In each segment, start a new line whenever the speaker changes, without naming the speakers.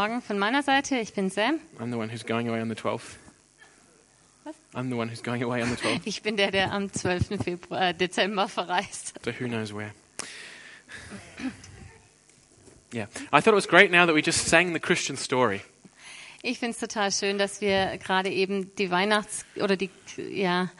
Morgen von meiner Seite, ich bin Sam.
I'm the one who's going away on the 12th.
Was?
I'm the one who's going away on the 12th.
Ich bin der, der am 12. Februar, äh, Dezember verreist.
So who knows where? Yeah. I thought it was great now that we just sang the Christian story.
Ich finde es total schön, dass wir gerade eben die Weihnachts- oder die, ja,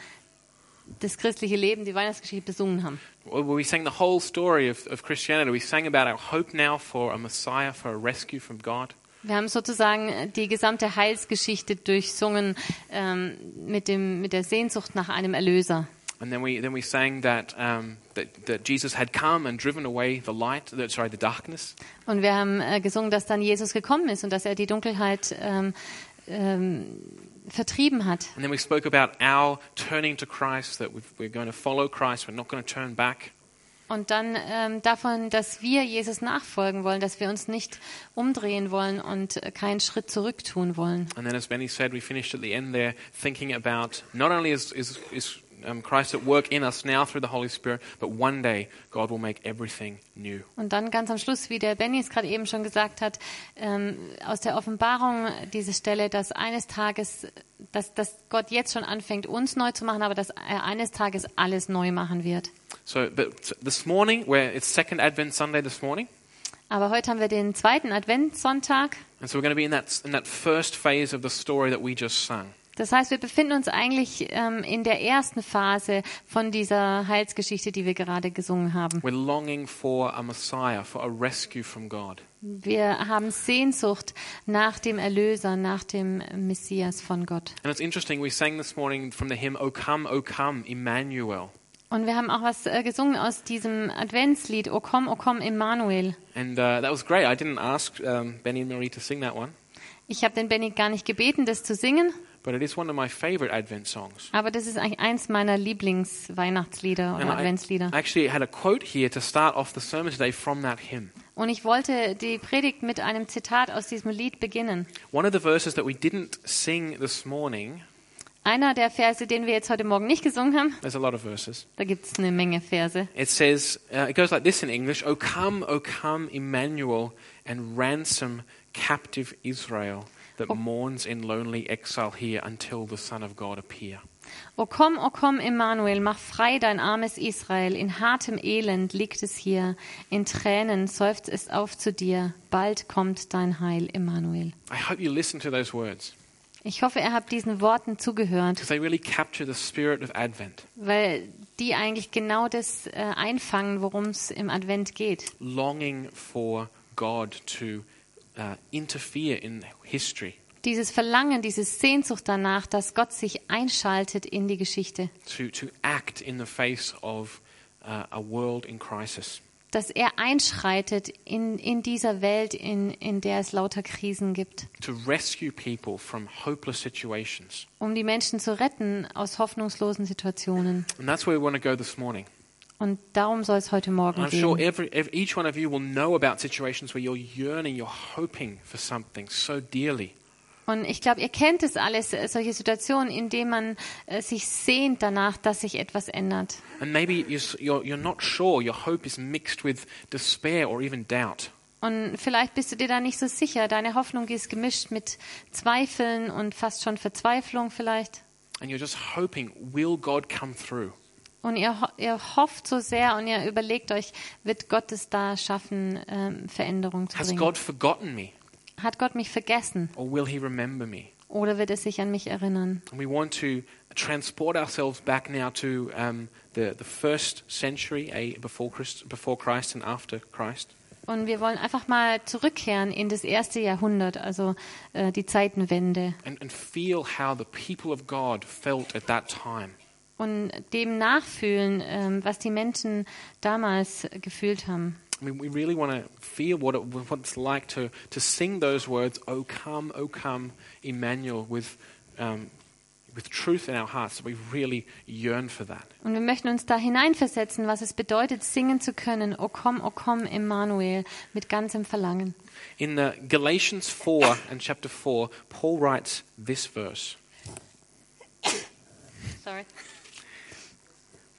das christliche Leben, die Weihnachtsgeschichte besungen haben.
Well, We sang the whole story of, of Christianity. We sang about our hope now for a Messiah, for a rescue from God.
Wir haben sozusagen äh, die gesamte Heilsgeschichte durchsungen ähm, mit, dem, mit der Sehnsucht nach einem Erlöser.
And then we, then we sang that, um, that, that Jesus had come and driven away the light, the, sorry, the darkness.
Und wir haben äh, gesungen, dass dann Jesus gekommen ist und dass er die Dunkelheit ähm, ähm, vertrieben hat.
And then we spoke about our turning to Christ, that we've, we're going to follow Christ, we're not going to turn back.
Und dann ähm, davon, dass wir Jesus nachfolgen wollen, dass wir uns nicht umdrehen wollen und äh, keinen Schritt zurück tun wollen.
And then, as Benny said, we finished at the end there thinking about not only is, is, is um, Christ at work in us now through the Holy Spirit, but one day God will make everything new.
Und dann ganz am Schluss, wie der Benny es gerade eben schon gesagt hat, ähm, aus der Offenbarung diese Stelle, dass eines Tages, dass, dass Gott jetzt schon anfängt, uns neu zu machen, aber dass er eines Tages alles neu machen wird.
So, but this morning, where it's Second Advent Sunday this morning,
Aber heute haben wir den zweiten Adventssonntag.
and so we're going to be in that, in that first phase of the story that we just sung.
Das heißt, wir befinden uns eigentlich ähm, in der ersten Phase von dieser Heilsgeschichte, die wir gerade gesungen haben.
We're longing for a Messiah, for a rescue from God.
Wir haben Sehnsucht nach dem Erlöser, nach dem Messias von Gott.
And it's interesting, we sang this morning from the hymn, O come, O come, Emmanuel.
Und wir haben auch was äh, gesungen aus diesem Adventslied, O komm, O komm, Emmanuel.
And uh, that was great. I didn't ask um, Benny and Marie to sing that one,
Ich habe den Benny gar nicht gebeten, das zu singen,
but it is one of my favorite Advent songs.
aber das ist eigentlich eins meiner Lieblingsweihnachtslieder
And
oder
I
Adventslieder.
actually had a quote here to start off the sermon today from that hymn.
Und ich wollte die Predigt mit einem Zitat aus diesem Lied beginnen.
One of the verses that we didn't sing this morning,
Einer der Verse, den wir jetzt heute Morgen nicht gesungen haben,
there's a lot of verses.
da gibt es eine Menge Verse.
It says, uh, it goes like this in English O come, O come, Emmanuel, and ransom captive Israel that mourns in lonely exile here until the Son of God appear.
O komm, o komm, Emmanuel, mach frei dein armes Israel. In hartem Elend liegt es hier. In Tränen seufzt es auf zu dir. Bald kommt dein Heil, Emmanuel.
I hope you listen to those words
Ich hoffe, ihr habt diesen Worten zugehört,
because they really capture the spirit of Advent.
weil die eigentlich genau das äh, einfangen, worum es im Advent geht.
Longing for God to uh, interfere in history.
Dieses Verlangen, diese Sehnsucht danach, dass Gott sich einschaltet in die Geschichte.
to, to act in the face of uh, a world in crisis.
Dass er einschreitet in, in dieser Welt, in, in der es lauter Krisen gibt.
To rescue people from hopeless situations.
um die Menschen zu retten aus hoffnungslosen Situationen.
And that's where we want to go this morning.
Und darum soll es heute Morgen
And I'm sure
gehen.
every, ev each one of you will know about situations where you're yearning, you're hoping for something so dearly.
Und ich glaube, ihr kennt es alles, äh, solche Situationen, in denen man äh, sich sehnt danach, dass sich etwas ändert.
And maybe you s- you're, you're not sure, your hope is mixed with despair or even doubt.
Und vielleicht bist du dir da nicht so sicher. Deine Hoffnung ist gemischt mit Zweifeln und fast schon Verzweiflung vielleicht.
And you're just hoping, will God come through?
Und ihr, ho- ihr hofft so sehr und ihr überlegt euch, wird Gott es da schaffen, ähm, Veränderung zu
Has
bringen?
God forgotten me?
Hat Gott mich vergessen
Or will He remember me?
oder wird er sich an mich erinnern?
And we want to transport ourselves back now to um, the, the first century a, before, Christ, before Christ and after Christ.
Und wir wollen einfach mal zurückkehren in das erste Jahrhundert, also äh, die Zeitenwende,
And, and feel how the people of God felt at that time.
und dem nachfühlen, ähm, was die Menschen damals gefühlt haben.
I mean, we really want to feel what, it, what it's like to, to sing those words, O come, O come, Emmanuel, with, um, with truth in our hearts. We really yearn for that.
Und wir möchten uns da hineinversetzen, was es bedeutet, singen zu können, O komm, O komm, Emmanuel, mit ganzem Verlangen.
In uh, Galatians 4 and chapter 4, Paul writes this verse.
Sorry.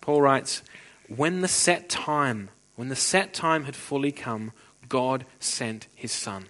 Paul writes, When the set time, when the set time had fully come, God sent his son.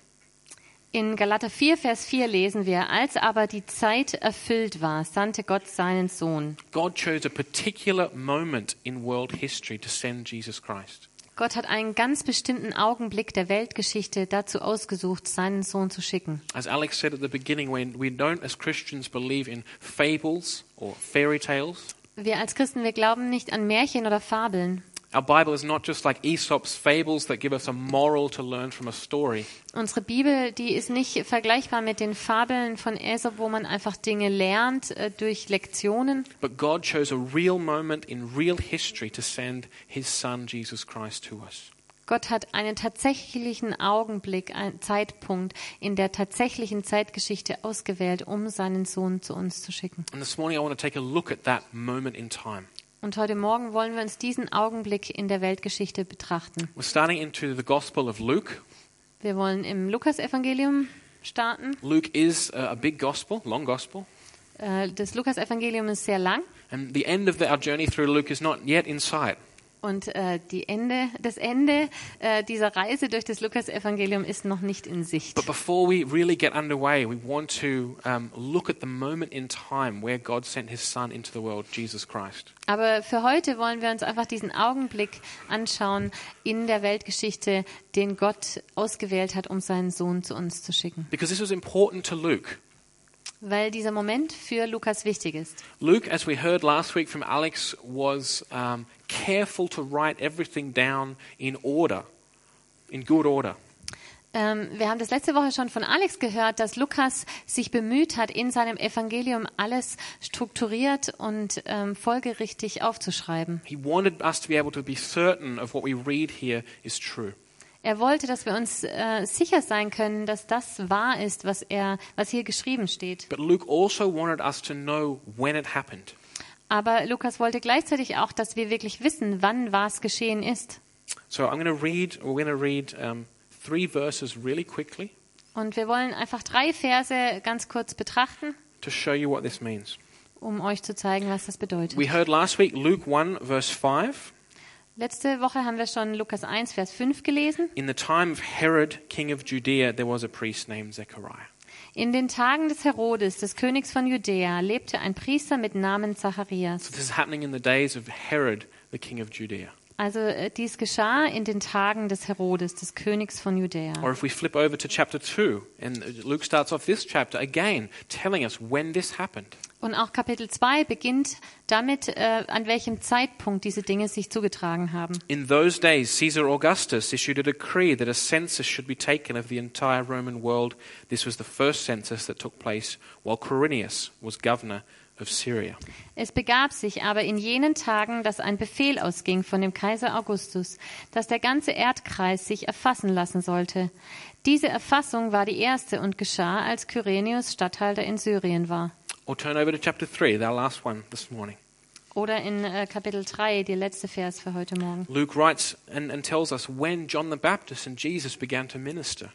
In Galater 4, Vers 4 lesen wir, als aber die Zeit erfüllt war, sandte Gott seinen Sohn.
God chose a particular moment in world history to send Jesus Christ.
Gott hat einen ganz bestimmten Augenblick der Weltgeschichte dazu ausgesucht, seinen Sohn zu schicken.
As Alex said at the beginning, when we don't as Christians believe in fables or fairy tales,
Wir als Christen, wir glauben nicht an Märchen oder Fabeln.
our Bible is not just like Aesop's fables that give us a moral to learn from a story.
Unsere Bibel, die ist nicht vergleichbar mit den Fabeln von Aesop, wo man einfach Dinge lernt äh, durch Lektionen.
But God chose a real moment in real history to send his son Jesus Christ to us.
Gott hat einen tatsächlichen Augenblick, einen Zeitpunkt in der tatsächlichen Zeitgeschichte ausgewählt, um seinen Sohn zu uns zu schicken.
And this morning I want to take a look at that moment in time.
Und heute Morgen wollen wir uns diesen Augenblick in der Weltgeschichte betrachten.
We're starting into the Gospel of Luke.
Wir wollen im Lukasevangelium starten.
Luke is uh, a big gospel, long gospel.
Äh, Das Lukasevangelium ist sehr lang
And the end of the, our journey through Luke is not yet in sight.
und äh, die Ende, das Ende äh, dieser Reise durch das Lukasevangelium ist noch nicht in Sicht.
But before we really get underway, we want to um, look at the moment in time where God sent his son into the world, Jesus Christ.
Aber für heute wollen wir uns einfach diesen Augenblick anschauen in der Weltgeschichte, den Gott ausgewählt hat, um seinen Sohn zu uns zu schicken.
Because this was important to Luke.
Weil dieser Moment für Lukas wichtig ist.
Luke, as we heard last week from Alex, was um, careful to write everything down in order, in good order.
Ähm, wir haben das letzte Woche schon von Alex gehört, dass Lukas sich bemüht hat, in seinem Evangelium alles strukturiert und ähm, folgerichtig aufzuschreiben.
He wanted us to be able to be certain of what we read here is true.
Er wollte, dass wir uns äh, sicher sein können, dass das wahr ist, was, er, was hier geschrieben steht.
But Luke also wanted us to know when it happened.
Aber Lukas wollte gleichzeitig auch, dass wir wirklich wissen, wann was geschehen ist.
So I'm going to read, we're going to read um, three verses really quickly
Und wir wollen einfach drei Verse ganz kurz betrachten,
to show you what this means.
um euch zu zeigen, was das bedeutet.
We heard last week Luke 1, verse 5.
Letzte Woche haben wir schon Lukas 1, Vers 5 gelesen.
In the time of Herod, king of Judea, there was a priest named Zechariah.
In den Tagen des Herodes, des Königs von Judäa, lebte ein Priester mit Namen
So
Zacharias.
this is happening in the days of Herod, the king of Judea.
Also äh, dies geschah in den Tagen des Herodes, des Königs von Judäa.
Or if we flip over to chapter 2, and Luke starts off this chapter again telling us when this happened.
Und auch Kapitel 2 beginnt damit, äh, an welchem Zeitpunkt diese Dinge sich zugetragen haben.
In those days, Caesar Augustus issued a decree that a census should be taken of the entire Roman world. This was the first census that took place while Quirinius was governor of Syria.
Es begab sich aber in jenen Tagen, dass ein Befehl ausging von dem Kaiser Augustus, dass der ganze Erdkreis sich erfassen lassen sollte. Diese Erfassung war die erste und geschah, als Kyrenius Statthalter in Syrien war.
Or turn over to chapter 3, our last one this morning.
Oder in äh, Kapitel 3, der letzte Vers für heute Morgen.
Luke writes and, and tells us when John the Baptist and Jesus began to minister.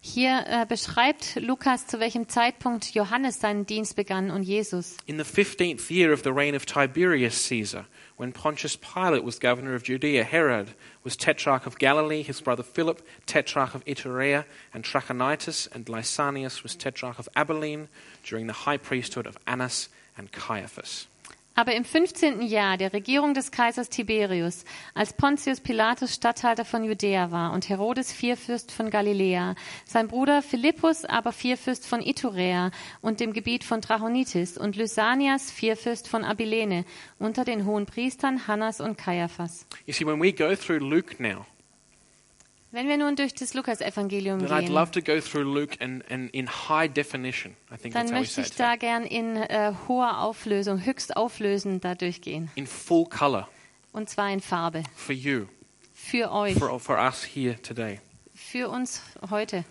Hier äh, beschreibt Lukas, zu welchem Zeitpunkt Johannes seinen Dienst begann und Jesus.
In the fifteenth year of the reign of Tiberius Caesar, when Pontius Pilate was governor of Judea, Herod was tetrarch of Galilee, his brother Philip, tetrarch of Iturea and Trachonitis, and Lysanias was tetrarch of Abilene during the high priesthood of Annas and Caiaphas.
Aber im 15. Jahr der Regierung des Kaisers Tiberius, als Pontius Pilatus Statthalter von Judäa war und Herodes Vierfürst von Galiläa, sein Bruder Philippus aber Vierfürst von Iturea und dem Gebiet von Trachonitis und Lysanias Vierfürst von Abilene unter den hohen Priestern Hannas und Kaiaphas.
You see, when we go through Luke now,
Wenn wir nun durch das Lukasevangelium
then I'd
gehen,
love to go through Luke and, and in high definition. I think
dann
that's how we
möchte
say
ich
it.
da gern in äh, hoher Auflösung, höchst auflösend da durchgehen.
In full color
Und zwar in Farbe.
for you,
Für euch,
for, for us here today.
für uns heute.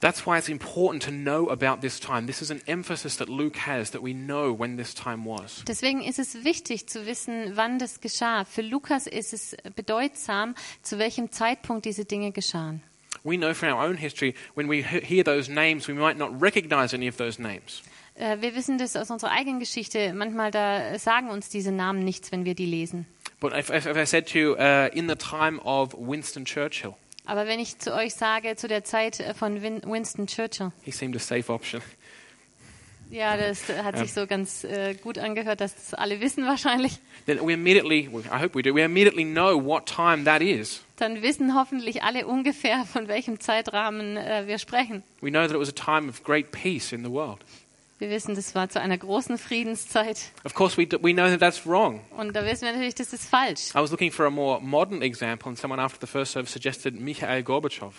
That's why it's important to know about this time. This is an emphasis that Luke has that we know when this time was.
Deswegen ist es wichtig zu wissen, wann das geschah. Für Lukas ist es bedeutsam, zu welchem Zeitpunkt diese Dinge geschahen.
We know from our own history when we he- hear those names, we might not recognize any of those names.
Äh, Wir wissen das aus unserer eigenen Geschichte. Manchmal da sagen uns diese Namen nichts, wenn wir die lesen.
But if, if if I said to you, uh, in the time of Winston Churchill,
Aber wenn ich zu euch sage, zu der Zeit äh, von Win Winston Churchill,
He seemed a safe option.
ja, das hat sich so ganz äh, gut angehört, dass das alle wissen wahrscheinlich.
Then we immediately, well, I hope we do, we immediately know what time that is.
Dann wissen hoffentlich alle ungefähr, von welchem Zeitrahmen äh, wir sprechen.
We know that it was a time of great peace in the world.
Wir wissen, das war zu einer großen Friedenszeit.
Of course, we, d we know that that's wrong.
Und da wissen wir natürlich, das ist falsch.
I was looking for a more modern example, and someone after the first service suggested Mikhail Gorbachev.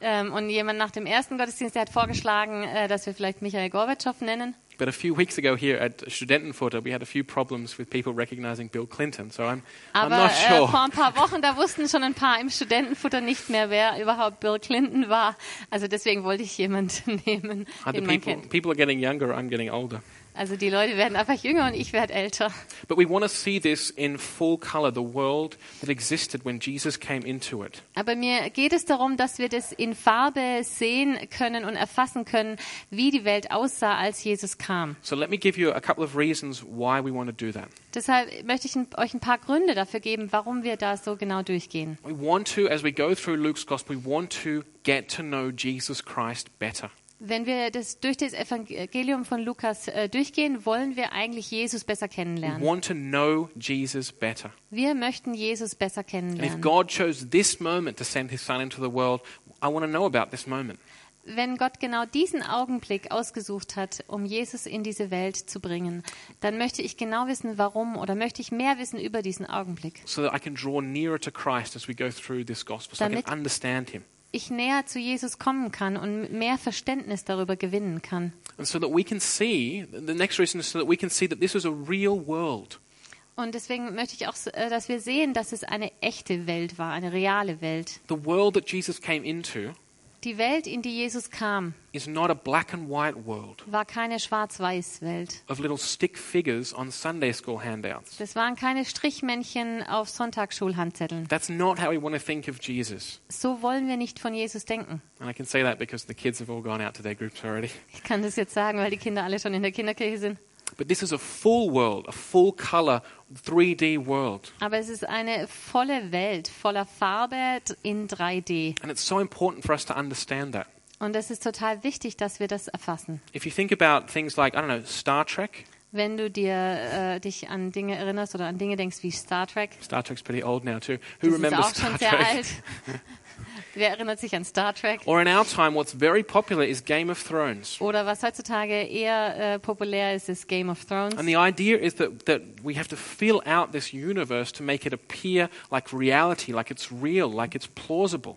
Ähm, und jemand nach dem ersten Gottesdienst, der hat vorgeschlagen, äh, dass wir vielleicht Michael Gorbatschow nennen.
But a few weeks ago here at Studentenfutter, we had a few problems with people recognizing Bill Clinton, so I'm, I'm
Aber
not
äh,
sure.
vor ein paar Wochen, da wussten schon ein paar im Studentenfutter nicht mehr, wer überhaupt Bill Clinton war. Also deswegen wollte ich jemanden nehmen,
Either
den man
people,
kennt.
people are getting younger, I'm getting older.
Also die Leute werden einfach jünger und ich werde älter.
But we want to see this in full color the world that existed when Jesus came into it.
Aber mir geht es darum, dass wir das in Farbe sehen können und erfassen können, wie die Welt aussah, als Jesus kam.
So let me give you a couple of reasons why we want to do that.
Deshalb möchte ich euch ein paar Gründe dafür geben, warum wir da so genau durchgehen.
We want to, as we go through Luke's gospel, we want to get to know Jesus Christ better.
Wenn wir das durch das Evangelium von Lukas äh, durchgehen, wollen wir eigentlich Jesus besser
We
kennenlernen.
want to know Jesus better.
Wir möchten Jesus besser
And Mhm. if
kennenlernen.
God chose this moment to send his son into the world, I want to know about this moment.
Wenn Gott genau diesen Augenblick ausgesucht hat, um Jesus in diese Welt zu bringen, dann möchte ich genau wissen, warum oder möchte ich mehr wissen über diesen Augenblick.
so that I can draw nearer to Christ as we go through this gospel, so I
Damit-
can understand him.
Ich näher zu Jesus kommen kann und mehr Verständnis darüber gewinnen kann.
And so that we can see, the next reason is so that we can see that this is a real world.
Und deswegen möchte ich auch, äh, dass wir sehen, dass es eine echte Welt war, eine reale Welt.
The world that Jesus came into
Die Welt, in die Jesus kam,
is not a black and white world
war keine Schwarz-Weiß-Welt.
of little stick figures on Sunday school handouts.
Das waren keine Strichmännchen auf Sonntagsschulhandzetteln.
That's not how we want to think of Jesus.
So wollen wir nicht von Jesus denken.
And I can say that because the kids have all gone out to their groups already.
Ich kann das jetzt sagen, weil die Kinder alle schon in der Kinderkirche sind.
But this is a full world, a full color 3D world.
Aber es ist eine volle Welt, voller Farbe in 3D.
And it's so important for us to understand that.
Und es ist total wichtig, dass wir das erfassen.
If you think about things like, I don't know, Star Trek,
Wenn du dir äh, dich an Dinge erinnerst oder an Dinge denkst wie Star Trek,
Star Trek's pretty old now too. Who
das ist
remembers
auch
Star
schon sehr
Trek?
alt. Wer erinnert sich an Star Trek?
Or in our time, what's very popular is Game of Thrones.
Oder was heutzutage eher äh, populär ist, ist Game of Thrones.
And the idea is that, that we have to fill out this universe to make it appear like reality, like it's real, like it's plausible.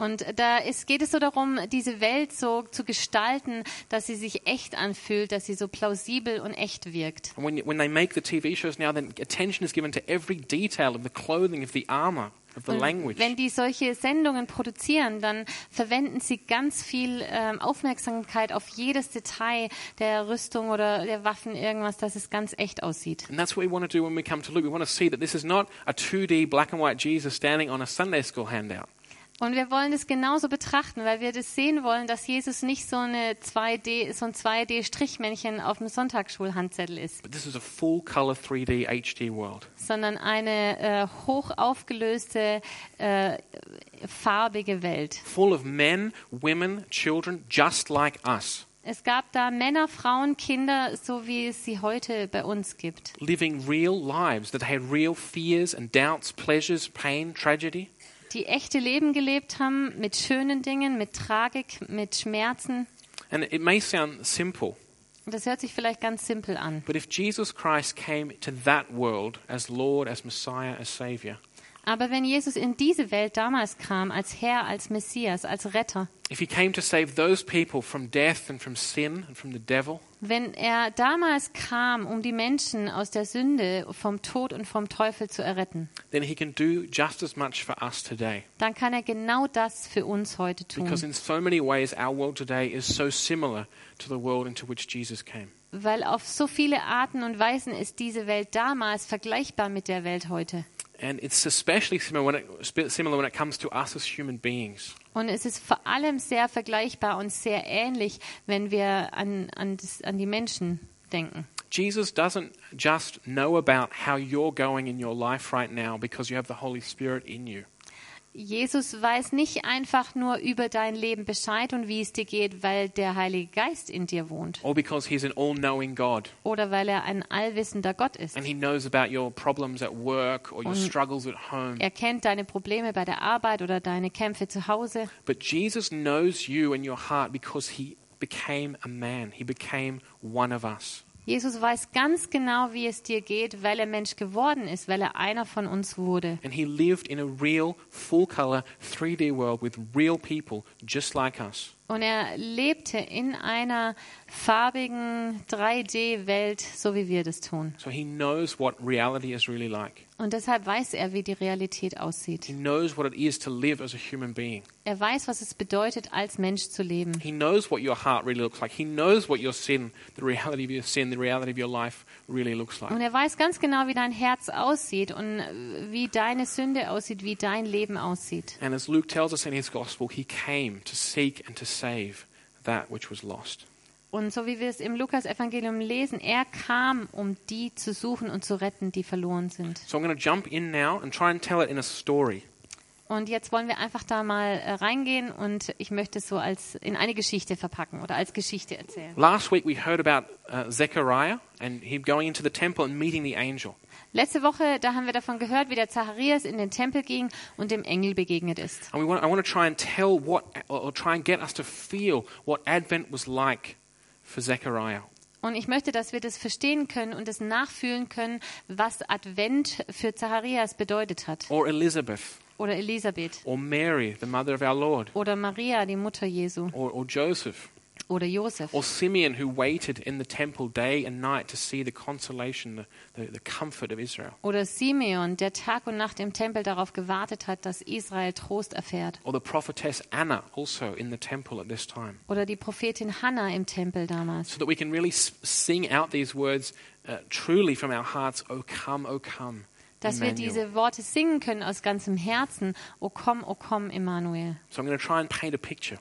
Und da ist, geht es so darum, diese Welt so zu gestalten, dass sie sich echt anfühlt, dass sie so plausibel und echt wirkt.
And when, when they make the TV shows now, then attention is given to every detail of the clothing, of the armor, of the
Und
language.
wenn die solche Sendungen produzieren, dann verwenden sie ganz viel ähm, Aufmerksamkeit auf jedes Detail der Rüstung oder der Waffen, irgendwas, dass es ganz echt aussieht.
And that's what we want to do when we come to Luke. We want to see that this is not a 2D black and white Jesus standing on a Sunday school handout.
Und wir wollen das genauso betrachten, weil wir das sehen wollen, dass Jesus nicht so, eine 2D, so ein 2D-Strichmännchen auf dem Sonntagsschulhandzettel ist.
But this is a full color 3D HD world.
sondern eine äh, hoch aufgelöste, äh, farbige Welt.
full of men, women, children, just like us,
Es gab da Männer, Frauen, Kinder, so wie es sie heute bei uns gibt,
living real lives that had real fears and doubts, pleasures, pain, tragedy.
die echte Leben gelebt haben, mit schönen Dingen, mit Tragik, mit Schmerzen.
And it may sound simple,
Das hört sich vielleicht ganz simpel an.
but if Jesus Christ came to that world as Lord, as Messiah, as Savior,
Aber wenn Jesus in diese Welt damals kam, als Herr, als Messias, als Retter,
if he came to save those people from death and from sin and from the devil,
wenn er damals kam, um die Menschen aus der Sünde, vom Tod und vom Teufel zu erretten,
then he can do just as much for us today.
dann kann er genau das für uns heute tun.
Because in so many ways, our world today is so similar to the world into which Jesus came.
Weil auf so viele Arten und Weisen ist diese Welt damals vergleichbar mit der Welt heute.
And it's especially similar when it, sp- similar when it comes to us as human beings.
Und es ist vor allem sehr vergleichbar und sehr ähnlich, wenn wir an, an, das, an die Menschen denken.
Jesus doesn't just know about how you're going in your life right now because you have the Holy Spirit in you.
Jesus weiß nicht einfach nur über dein Leben Bescheid und wie es dir geht, weil der Heilige Geist in dir wohnt
or because he's an all knowing God
oder weil er ein allwissender Gott ist.
and he knows about your problems at work or your
Und-
struggles at home.
Er kennt deine Probleme bei der Arbeit oder deine Kämpfe zu Hause,
But Jesus knows you and your heart because he became a man, he became one of us.
Jesus weiß ganz genau, wie es dir geht, weil er Mensch geworden ist, weil er einer von uns wurde.
And he lived in a real, full color, 3D world with real people just like us.
Und er lebte in einer farbigen 3D-Welt, so wie wir das tun.
So he knows what reality is really like.
Und deshalb weiß er, wie die Realität
He
aussieht.
knows what it is to live as a human being.
Er weiß, was es bedeutet, als Mensch zu leben.
He knows what your heart really looks like. He knows what your sin, the reality of your sin, the reality of your life really looks
Und
like.
er weiß ganz genau, wie dein Herz aussieht und wie deine Sünde aussieht, wie dein Leben aussieht.
And as Luke tells us in his gospel, he came to seek and to save that which was lost.
Und so wie wir es im Lukas-Evangelium lesen, er kam, um die zu suchen und zu retten, die verloren sind.
So I'm going to jump in now and try and tell it in a story.
Und jetzt wollen wir einfach da mal äh, reingehen und ich möchte es so als in eine Geschichte verpacken oder als Geschichte erzählen.
Last week we heard about uh, Zechariah and him going into the temple and meeting the angel.
Letzte Woche, da haben wir davon gehört, wie der Zacharias in den Tempel ging und dem Engel begegnet ist.
And we want, I want to try and tell what, or, or try and get us to feel what Advent was like for Zechariah.
Und ich möchte, dass wir das verstehen können und das nachfühlen können, was Advent für Zacharias bedeutet hat.
Or Elizabeth,
Oder Elisabeth.
or Mary, the mother of our Lord,
Oder Maria, die Mutter Jesu.
or, or Joseph,
Oder Josef.
or Simeon, who waited in the temple day and night to see the consolation, the, the, the comfort of Israel,
Oder Simeon, der Tag und Nacht im Tempel darauf gewartet hat, dass Israel Trost erfährt.
or the prophetess Anna, also in the temple at this time.
Oder die Prophetin Hannah im Tempel damals.
So that we can really s- sing out these words uh, truly from our hearts, O come, O come.
dass wir
Emmanuel."
diese Worte singen können aus ganzem Herzen. O komm, o komm, Emmanuel.
So I'm going to try and paint a picture.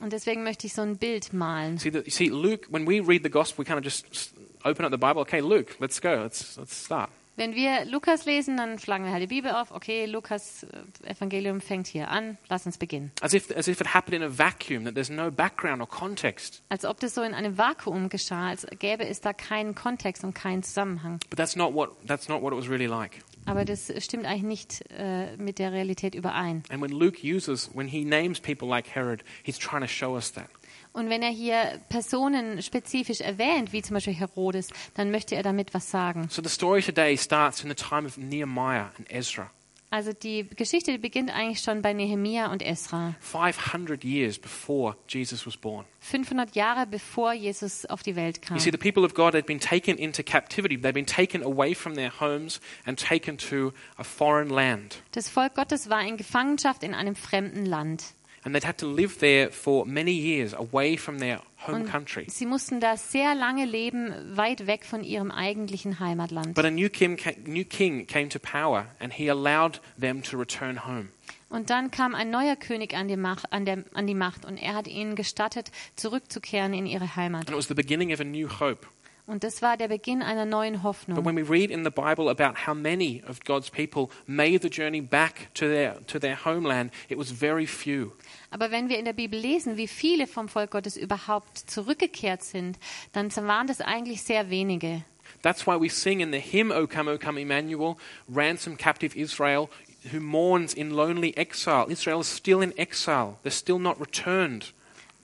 Und deswegen möchte ich so ein Bild malen.
See, the, you see, Luke. When we read the gospel, we kind of just s- open up the Bible. Okay, Luke, let's go. Let's let's start.
Wenn wir Lukas lesen, dann schlagen wir halt die Bibel auf. Okay, Lukas äh, Evangelium fängt hier an. Lass uns beginnen.
As if as if it happened in a vacuum, that there's no background or context.
Als ob das so in einem Vakuum geschah, als gäbe es da keinen Kontext und keinen Zusammenhang.
But that's not what that's not what it was really like.
Aber das stimmt eigentlich nicht äh, mit der Realität überein.
And when Luke uses when he names people like Herod, he's trying to show us that.
Und wenn er hier Personen spezifisch erwähnt, wie zum Beispiel Herodes, dann möchte er damit was sagen.
So the story today starts in the time of Nehemiah and Ezra,
Also die Geschichte beginnt eigentlich schon bei Nehemia und Esra.
500 years before Jesus was born.
500 Jahre bevor Jesus auf die Welt kam.
You see, the people of God had been taken into captivity. They'd been taken away from their homes and taken to a foreign land.
Das Volk Gottes war in Gefangenschaft in einem fremden Land.
And they'd had to live there for many years away from their home
Und
country.
sie mussten da sehr lange leben, weit weg von ihrem eigentlichen Heimatland.
But a new king, ca- new king came to power and he allowed them to return home.
Und dann kam ein neuer König an die, Macht, an, der, an die Macht und er hat ihnen gestattet, zurückzukehren in ihre Heimat.
And it was the beginning of a new hope.
Und das war der Beginn einer neuen
But
Hoffnung.
when we read in the Bible about how many of God's people made the journey back to their, to their homeland, it was very few.
Aber wenn wir in der Bibel lesen, wie viele vom Volk Gottes überhaupt zurückgekehrt sind, dann waren das eigentlich sehr wenige.
That's why we sing in the hymn, O come, O come, Emmanuel, ransom captive Israel, who mourns in lonely exile. Israel is still in exile, they're still not returned.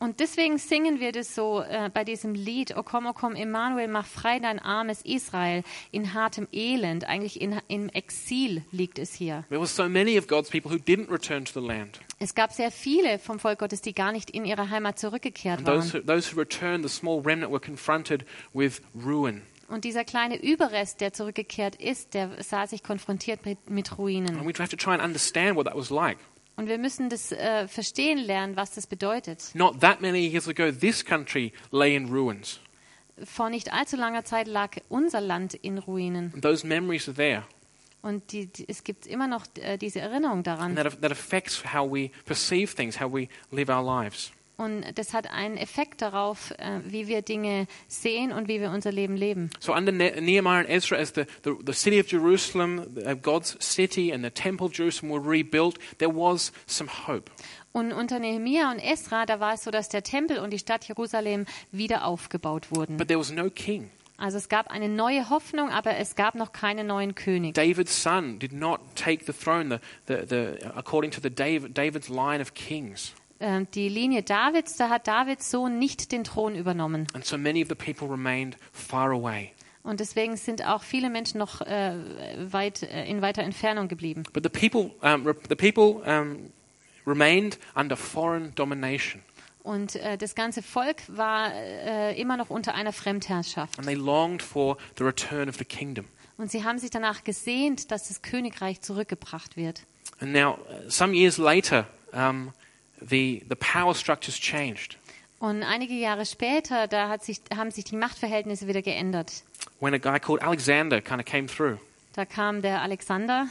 Und deswegen singen wir das so äh, bei diesem Lied, O komm, o komm, Emmanuel, mach frei dein armes Israel in hartem Elend. Eigentlich in, im Exil liegt es hier.
There were so many of God's people who didn't return to the land.
Es gab sehr viele vom Volk Gottes, die gar nicht in ihre Heimat zurückgekehrt
And those
waren.
who, those who returned, the small remnant, were confronted with ruin.
Und dieser kleine Überrest, der zurückgekehrt ist, der sah sich konfrontiert mit, mit
And
Ruinen.
we'd have to try and understand what that was like.
Und wir müssen das äh, verstehen lernen, was das bedeutet.
Not that many years ago, this country lay in ruins.
Vor nicht allzu langer Zeit lag unser Land in Ruinen.
And those memories are there.
Und die, die, es gibt immer noch äh, diese Erinnerung daran.
And that, that affects how we perceive things, how we live our lives.
Und das hat einen Effekt darauf, äh, wie wir Dinge sehen und wie wir unser Leben leben.
So under ne- Nehemiah and Ezra, as the, the, the city of Jerusalem, uh, God's city and the temple of Jerusalem were rebuilt, there was some hope.
Und unter Nehemia und Esra, da war es so, dass der Tempel und die Stadt Jerusalem wieder aufgebaut wurden.
But there was no king.
Also es gab eine neue Hoffnung, aber es gab noch keinen neuen König.
David's son did not take the throne the, the, the, according to the Dav David's line of kings.
Ähm, Die Linie Davids, da hat Davids Sohn nicht den Thron übernommen.
And so many of the people remained far away.
Und deswegen sind auch viele Menschen noch äh, weit, äh, in weiter Entfernung geblieben.
But the people, um, re- the people um, remained under foreign domination.
Und äh, das ganze Volk war äh, immer noch unter einer Fremdherrschaft.
And they longed for the return of the kingdom.
Und sie haben sich danach gesehnt, dass das Königreich zurückgebracht wird.
And now, uh, some years later, um, the, the power structures changed.
Und einige Jahre später, da hat sich, haben sich die Machtverhältnisse wieder geändert.
When a guy called Alexander kind of came through
Da kam der Alexander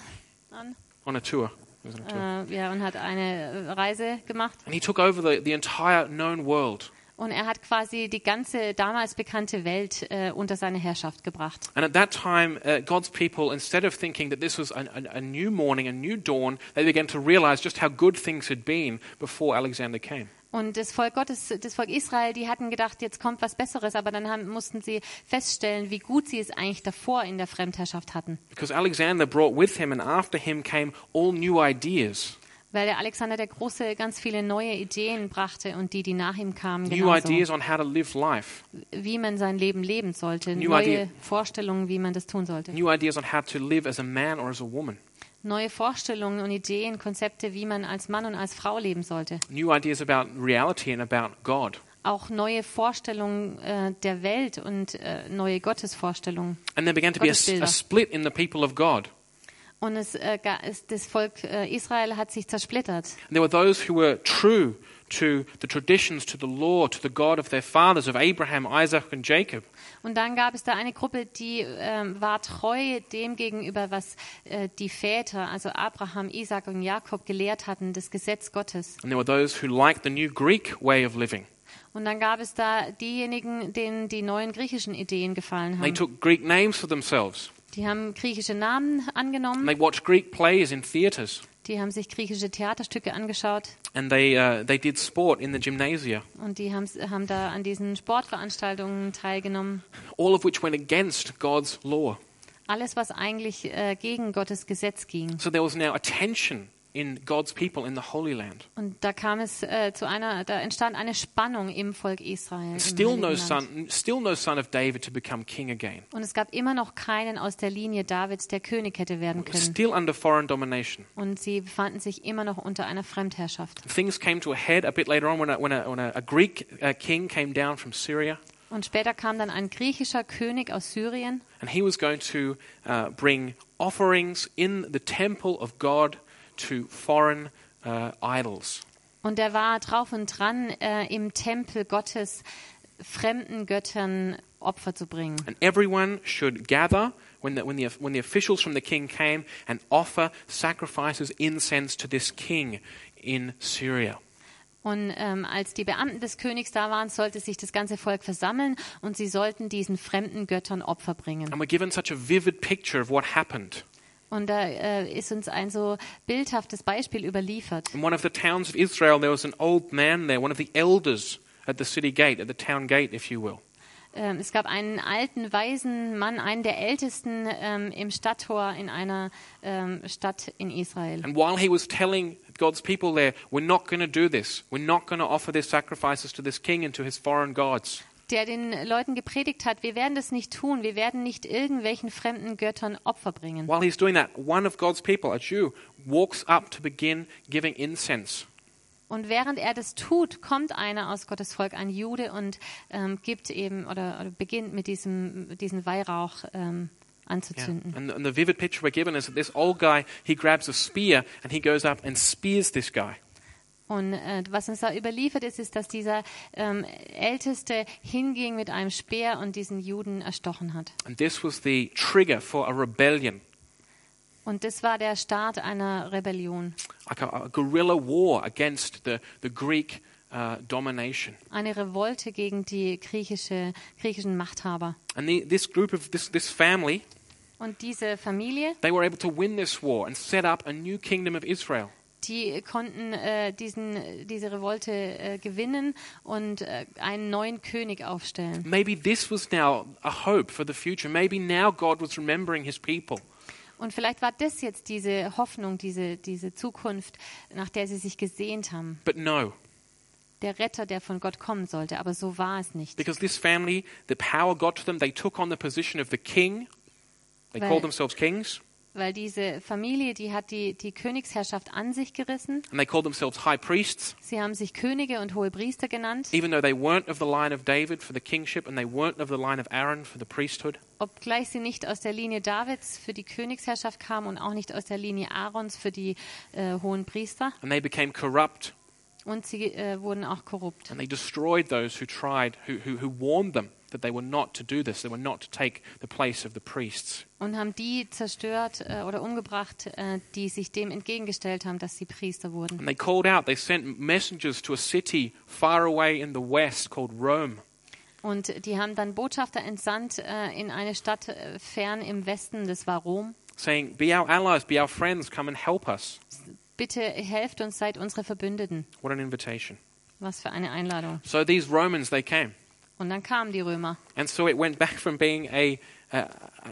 an
on a tour. He was on a tour.
äh, ja, und hat eine äh, Reise gemacht.
And he took over the, the entire known world.
Und er hat quasi die ganze damals bekannte Welt äh, unter seine Herrschaft gebracht.
And at that time, uh, God's people, instead of thinking that this was an, an, a new morning, a new dawn, they began to realize just how good things had been before Alexander came.
Und das Volk Gottes, das Volk Israel, die hatten gedacht, jetzt kommt was Besseres, aber dann haben, mussten sie feststellen, wie gut sie es eigentlich davor in der Fremdherrschaft hatten.
Because Alexander brought with him and after him came all new ideas.
Weil der Alexander der Große ganz viele neue Ideen brachte und die, die nach ihm kamen,
New
genauso,
ideas on how to live life,
wie man sein Leben leben sollte,
New
neue
idea.
Vorstellungen, wie man das tun sollte,
new ideas on how to live as a man or as a woman,
neue Vorstellungen und Ideen, Konzepte, wie man als Mann und als Frau leben sollte,
new ideas about reality and about God.
auch neue Vorstellungen äh, der Welt und äh, neue Gottesvorstellungen.
And there began to be a, s- a
Gottesbilder.
split in the people of God.
Und es, äh, ga- es, das Volk äh, Israel hat sich zersplittert.
And there were those who were true to the traditions, to the law, to the God of their fathers, of Abraham, Isaac, and Jacob.
Und dann gab es da eine Gruppe, die ähm, war treu dem gegenüber, was äh, die Väter, also Abraham, Isaac und Jakob gelehrt hatten, das Gesetz Gottes.
And there were those who liked the new Greek way of living.
Und dann gab es da diejenigen, denen die neuen griechischen Ideen gefallen
They
haben.
took Greek names for themselves.
Die haben griechische Namen
And
angenommen,
they watched Greek plays in theaters.
die haben sich griechische Theaterstücke angeschaut
And they, uh, they did sport in the gymnasia.
und die haben, haben da an diesen Sportveranstaltungen teilgenommen.
all of which went against God's law.
Alles, was eigentlich äh, gegen Gottes Gesetz ging.
So there was now a tension in God's people in the Holy Land.
Und da kam es äh, zu einer, da entstand eine Spannung im Volk Israel. im
Still no
Heiligen Land.
son, still no son of David to become king again.
Und es gab immer noch keinen aus der Linie Davids, der König hätte werden können.
Still under foreign domination.
Und sie befanden sich immer noch unter einer Fremdherrschaft.
Things came to a head a bit later on when a, when a, when a, a Greek uh, king came down from Syria,
Und später kam dann ein griechischer König aus Syrien
and he was going to uh, bring offerings in the temple of God to foreign uh, idols.
und der war drauf und dran, äh, im Tempel Gottes fremden Göttern Opfer zu bringen.
And everyone should gather when the, when, the, when the officials from the king came and offer sacrifices, incense to this king in Syria.
Und ähm, als die Beamten des Königs da waren, sollte sich das ganze Volk versammeln und sie sollten diesen fremden Göttern Opfer bringen.
And we're given such a vivid picture of what happened.
Und da äh, ist uns ein so bildhaftes Beispiel überliefert.
In one of the towns of Israel, there was an old man there, one of the elders at the city gate, at the town gate, if you will.
Ähm, es gab einen alten, weisen Mann, einen der ältesten ähm, im Stadttor in einer ähm, Stadt in Israel.
And while he was telling God's people there, we're not going to do this, we're not going to offer these sacrifices to this king and to his foreign gods.
Der den Leuten gepredigt hat, wir werden das nicht tun, wir werden nicht irgendwelchen fremden Göttern Opfer bringen.
While he's doing that, one of God's people, a Jew, walks up to begin giving incense.
Und während er das tut, kommt einer aus Gottes Volk, ein Jude, und ähm, gibt eben oder, oder beginnt mit diesem diesen Weihrauch ähm,
Yeah.
anzuzünden.
And, and the vivid picture we're given is that this old guy, he grabs a spear and he goes up and spears this guy.
Und äh, was uns da überliefert ist, ist, dass dieser ähm, Älteste hinging mit einem Speer und diesen Juden erstochen hat.
And this was the trigger for a rebellion,
Und das war der Start einer Rebellion.
like a, a guerrilla war against the, the Greek uh, domination.
eine Revolte gegen die griechische, griechischen Machthaber.
And the, this group of this, this family,
Und diese Familie,
they were able to win this war and set up a new kingdom of Israel.
die konnten äh, diesen, diese Revolte äh, gewinnen und äh, einen neuen König aufstellen.
Maybe this was now a hope for the future. Maybe now God was remembering his people.
Und vielleicht war das jetzt diese Hoffnung, diese, diese Zukunft, nach der sie sich gesehnt haben.
But no,
Der Retter, der von Gott kommen sollte. Aber so war es nicht.
because this family, the power got to them. They took on the position of the king. They
Right.
called themselves kings,
Weil diese Familie, die hat die, die Königsherrschaft an sich gerissen.
and they called themselves high priests,
Sie haben sich Könige und hohe Priester genannt,
even though they weren't of the line of David for the kingship and they weren't of the line of Aaron for the priesthood.
obgleich sie nicht aus der Linie Davids für die Königsherrschaft kamen und auch nicht aus der Linie Aarons für die äh, hohen Priester.
And they became corrupt
Und sie äh, wurden auch korrupt.
And they destroyed those who tried, who, who, who warned them that they were not to do this, they were not to take the place of the priests.
Und haben die zerstört äh, oder umgebracht, äh, die sich dem entgegengestellt haben, dass sie Priester wurden.
And they called out, they sent messengers to a city far away in the west called Rome.
Und die haben dann Botschafter entsandt äh, in eine Stadt äh, fern im Westen, das war Rom.
Saying, Be our allies, be our friends, come and help us.
Bitte helft uns, seid unsere Verbündeten.
What an invitation.
Was für eine Einladung.
So these Romans, they came.
Und dann kamen die Römer.
And so it went back from being a, a,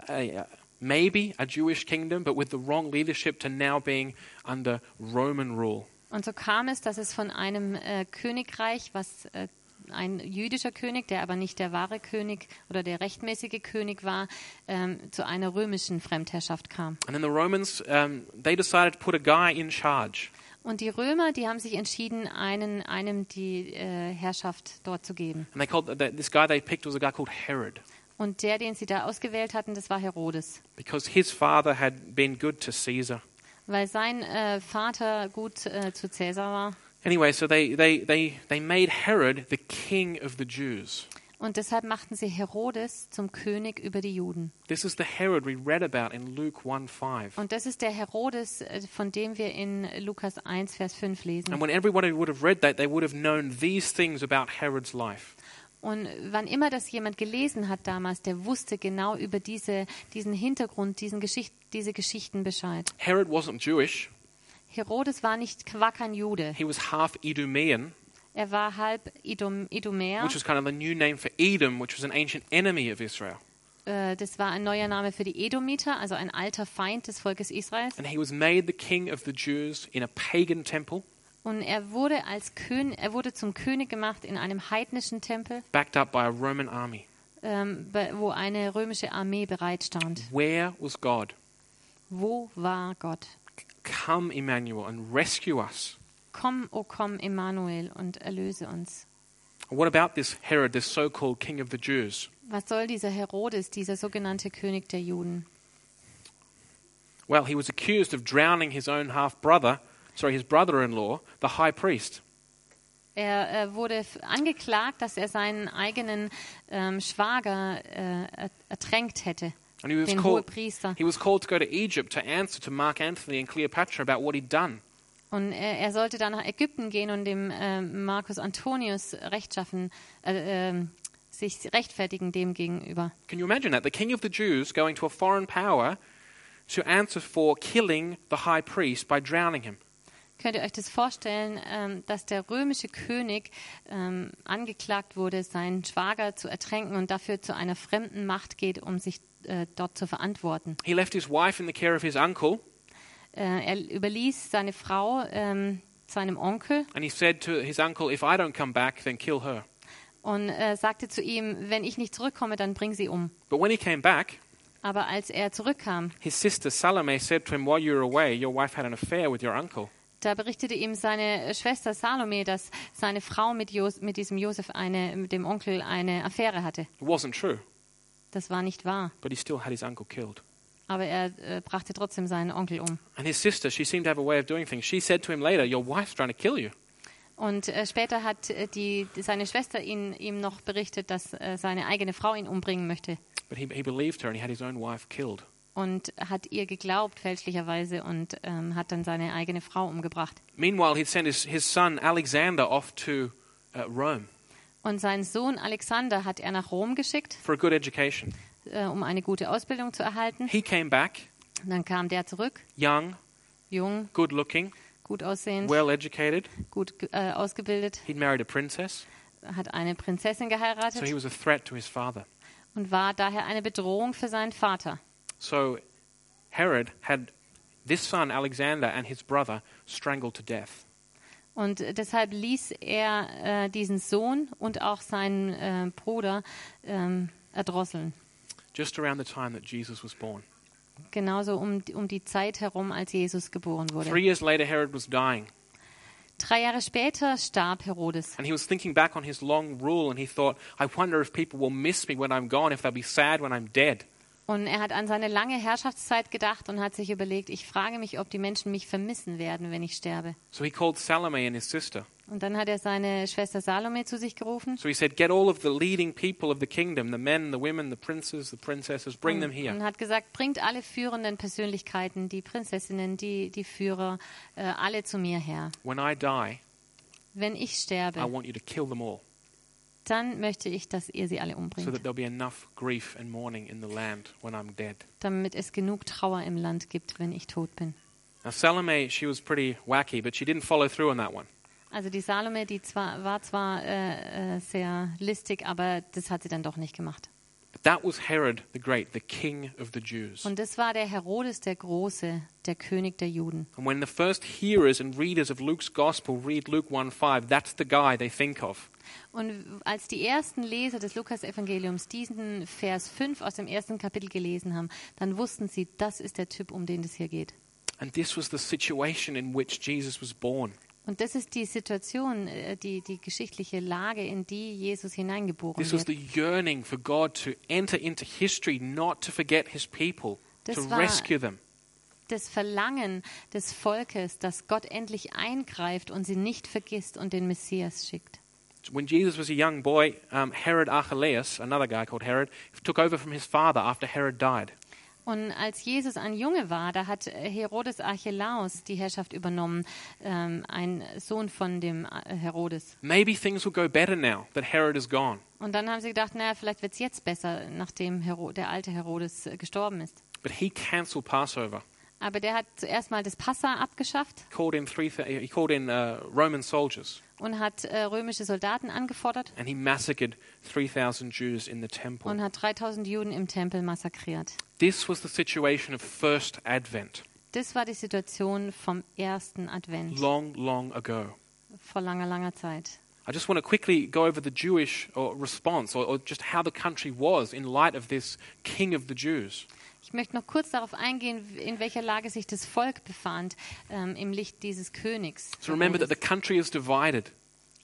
a, a maybe a Jewish kingdom, but with the wrong leadership, to now being under Roman rule.
Und so kam es, dass es von einem äh, Königreich, was äh, ein jüdischer König, der aber nicht der wahre König oder der rechtmäßige König war, ähm, zu einer römischen Fremdherrschaft kam.
And then the Romans, um, they decided to put a guy in charge.
Und die Römer, die haben sich entschieden, einen, einem die äh, Herrschaft dort zu geben.
And they called th- th- this guy they picked was a guy called Herod
Und der, den sie da ausgewählt hatten, das war Herodes.
because his father had been good to Caesar.
Weil sein äh, Vater gut äh, zu Cäsar war.
Anyway, so they, they, they, they made Herod the king of the Jews.
Und deshalb machten sie Herodes zum König über die Juden.
This is the Herod we read about in Luke 1 5.
Und das ist der Herodes, äh, von dem wir in Lukas 1, Vers 5 lesen.
And when everyone who would have read that, they would have known these things about Herod's life.
Und wann immer das jemand gelesen hat damals, der wusste genau über diese, diesen Hintergrund, diesen Geschicht, diese Geschichten Bescheid.
Herod wasn't Jewish,
Herodes war nicht, war kein Jude.
he was half Edomian,
Er war halb Idom, Idumäer.
which is kind of the new name for Edom, which was an ancient enemy of Israel.
Äh, das war ein neuer Name für die Edomiter, also ein alter Feind des Volkes Israels.
And he was made the king of the Jews in a pagan temple,
Und er wurde als König, er wurde zum König gemacht in einem heidnischen Tempel,
backed up by a Roman army.
ähm, be- wo eine römische Armee bereitstand.
Where was God?
Wo war Gott?
Come, Emmanuel, and rescue us.
Komm, o komm, Emmanuel, und erlöse uns.
What about this Herod, this so called king of the Jews?
Was soll dieser Herodes, dieser sogenannte König der Juden?
Well, he was accused of drowning his own half brother, sorry, his brother in law, the high priest.
Er äh, wurde f- angeklagt, dass er seinen eigenen ähm, Schwager äh, er- ertränkt hätte,
And he was,
den
called,
Hohepriester.
he was called to go to Egypt to answer to Mark Anthony and Cleopatra about what he'd done.
Und er, er sollte dann nach Ägypten gehen und dem ähm, Marcus Antonius rechtschaffen, äh, ähm, sich rechtfertigen dem gegenüber.
Can you imagine that? The king of the Jews going to a foreign power to answer for killing the high priest by drowning him.
Könnt ihr euch das vorstellen, ähm, dass der römische König ähm, angeklagt wurde, seinen Schwager zu ertränken und dafür zu einer fremden Macht geht, um sich äh, dort zu verantworten?
He left his wife in the care of his uncle,
Äh, er überließ seine Frau ähm, seinem Onkel
and he said to his uncle, If I don't come back, then kill her.
und äh, sagte zu ihm, wenn ich nicht zurückkomme, dann bring sie um.
But when he came back,
Aber als er zurückkam,
His sister Salome said to him, While you were away, your wife had an affair with your uncle.
da berichtete ihm seine Schwester Salome, dass seine Frau mit, Jos mit diesem Josef, eine, mit dem Onkel, eine Affäre hatte.
It wasn't true,
Das war nicht wahr,
but he still had his uncle killed.
aber er äh, brachte trotzdem seinen Onkel um.
And his sister, she seemed to have a way of doing things. She said to him later, Your wife's trying to kill you.
Und äh, später hat äh, die, seine Schwester ihn, ihm noch berichtet, dass äh, seine eigene Frau ihn umbringen möchte
But he, he believed her and he had his own wife killed.
und hat ihr geglaubt fälschlicherweise und ähm, hat dann seine eigene Frau umgebracht.
Meanwhile, he'd sent his, his son Alexander off to uh, Rome
Und seinen Sohn Alexander hat er nach Rom geschickt,
for a good education.
äh, um eine gute Ausbildung zu erhalten.
He came back
Dann kam der zurück,
young,
jung,
good looking,
gut aussehend,
well educated.
gut ge- äh, ausgebildet,
He'd married a princess,
hat eine Prinzessin
so he
geheiratet
was a threat to his father.
und war daher eine Bedrohung für seinen Vater.
So Herod had this son, Alexander, and his brother strangled to death.
Und deshalb ließ er äh, diesen Sohn und auch seinen äh, Bruder ähm, erdrosseln.
just around the time that Jesus was born.
Genauso um, um die Zeit herum, als Jesus geboren
Three
wurde.
years later, Herod was dying,
Drei Jahre später starb Herodes.
and he was thinking back on his long rule, and he thought, I wonder if people will miss me when I'm gone, if they'll be sad when I'm dead.
Und er hat an seine lange Herrschaftszeit gedacht und hat sich überlegt, ich frage mich, ob die Menschen mich vermissen werden, wenn ich sterbe.
So he called Salome and his sister.
Und dann hat er seine Schwester Salome zu sich gerufen.
So he said, Get all of the leading people of the kingdom the men, the women, the princes, the princesses, bring them
Und
here.
hat gesagt, bringt alle führenden Persönlichkeiten, die Prinzessinnen, die, die Führer, äh, alle zu mir her.
When I die,
Wenn ich
I
sterbe,
want you to kill them all
dann möchte ich, dass ihr sie alle
so that
umbringt,
there'll be enough grief and mourning in the land when I'm dead.
damit es genug Trauer im Land gibt, wenn ich tot bin.
Now, Salome, she was pretty wacky, but she didn't follow through on that one.
Also die Salome, die zwar, war zwar äh, äh, sehr listig, aber das hat sie dann doch nicht gemacht.
But that was Herod the Great, the king of the Jews.
Und das war der Herodes der Große, der König der Juden.
And when the first hearers and readers of Luke's gospel read Luke 1:5, that's the guy they think of.
Und als die ersten Leser des Lukas-Evangeliums diesen Vers 5 aus dem ersten Kapitel gelesen haben, dann wussten sie, das ist der Typ, um den es hier geht.
And this was the situation in which Jesus was born.
Und das ist die Situation, äh, die, die geschichtliche Lage, in die Jesus hineingeboren
This was the
wird.
yearning for God to enter into history, not to forget his people,
Das
to
war-
rescue them.
Das Verlangen des Volkes, dass Gott endlich eingreift und sie nicht vergisst und den Messias schickt.
When Jesus was a young boy, um, Herod Archelaus, another guy called Herod, took over from his father after Herod died.
Und als Jesus ein Junge war, da hat äh, Herodes Archelaus die Herrschaft übernommen, ähm, ein Sohn von dem äh, Herodes.
Maybe things will go better now that Herod is gone.
Und dann haben sie gedacht, naja, vielleicht wird es jetzt besser, nachdem Hero der alte Herodes äh, gestorben ist.
But he canceled Passover.
Aber der hat zuerst mal das Passa abgeschafft
Called in three, th- he called in uh, Roman soldiers.
und hat äh, römische Soldaten angefordert
and he massacred 3,000 Jews in the temple.
und hat 3000 Juden im Tempel massakriert.
This was the situation of First Advent,
Das war die Situation vom ersten Advent
long, long ago.
vor langer, langer Zeit.
I just want to quickly go over the Jewish or response or, or just how the country was in light of this king of the Jews.
Ich möchte noch kurz darauf eingehen, in welcher Lage sich das Volk befand ähm, im Licht dieses Königs.
So remember that the country is divided.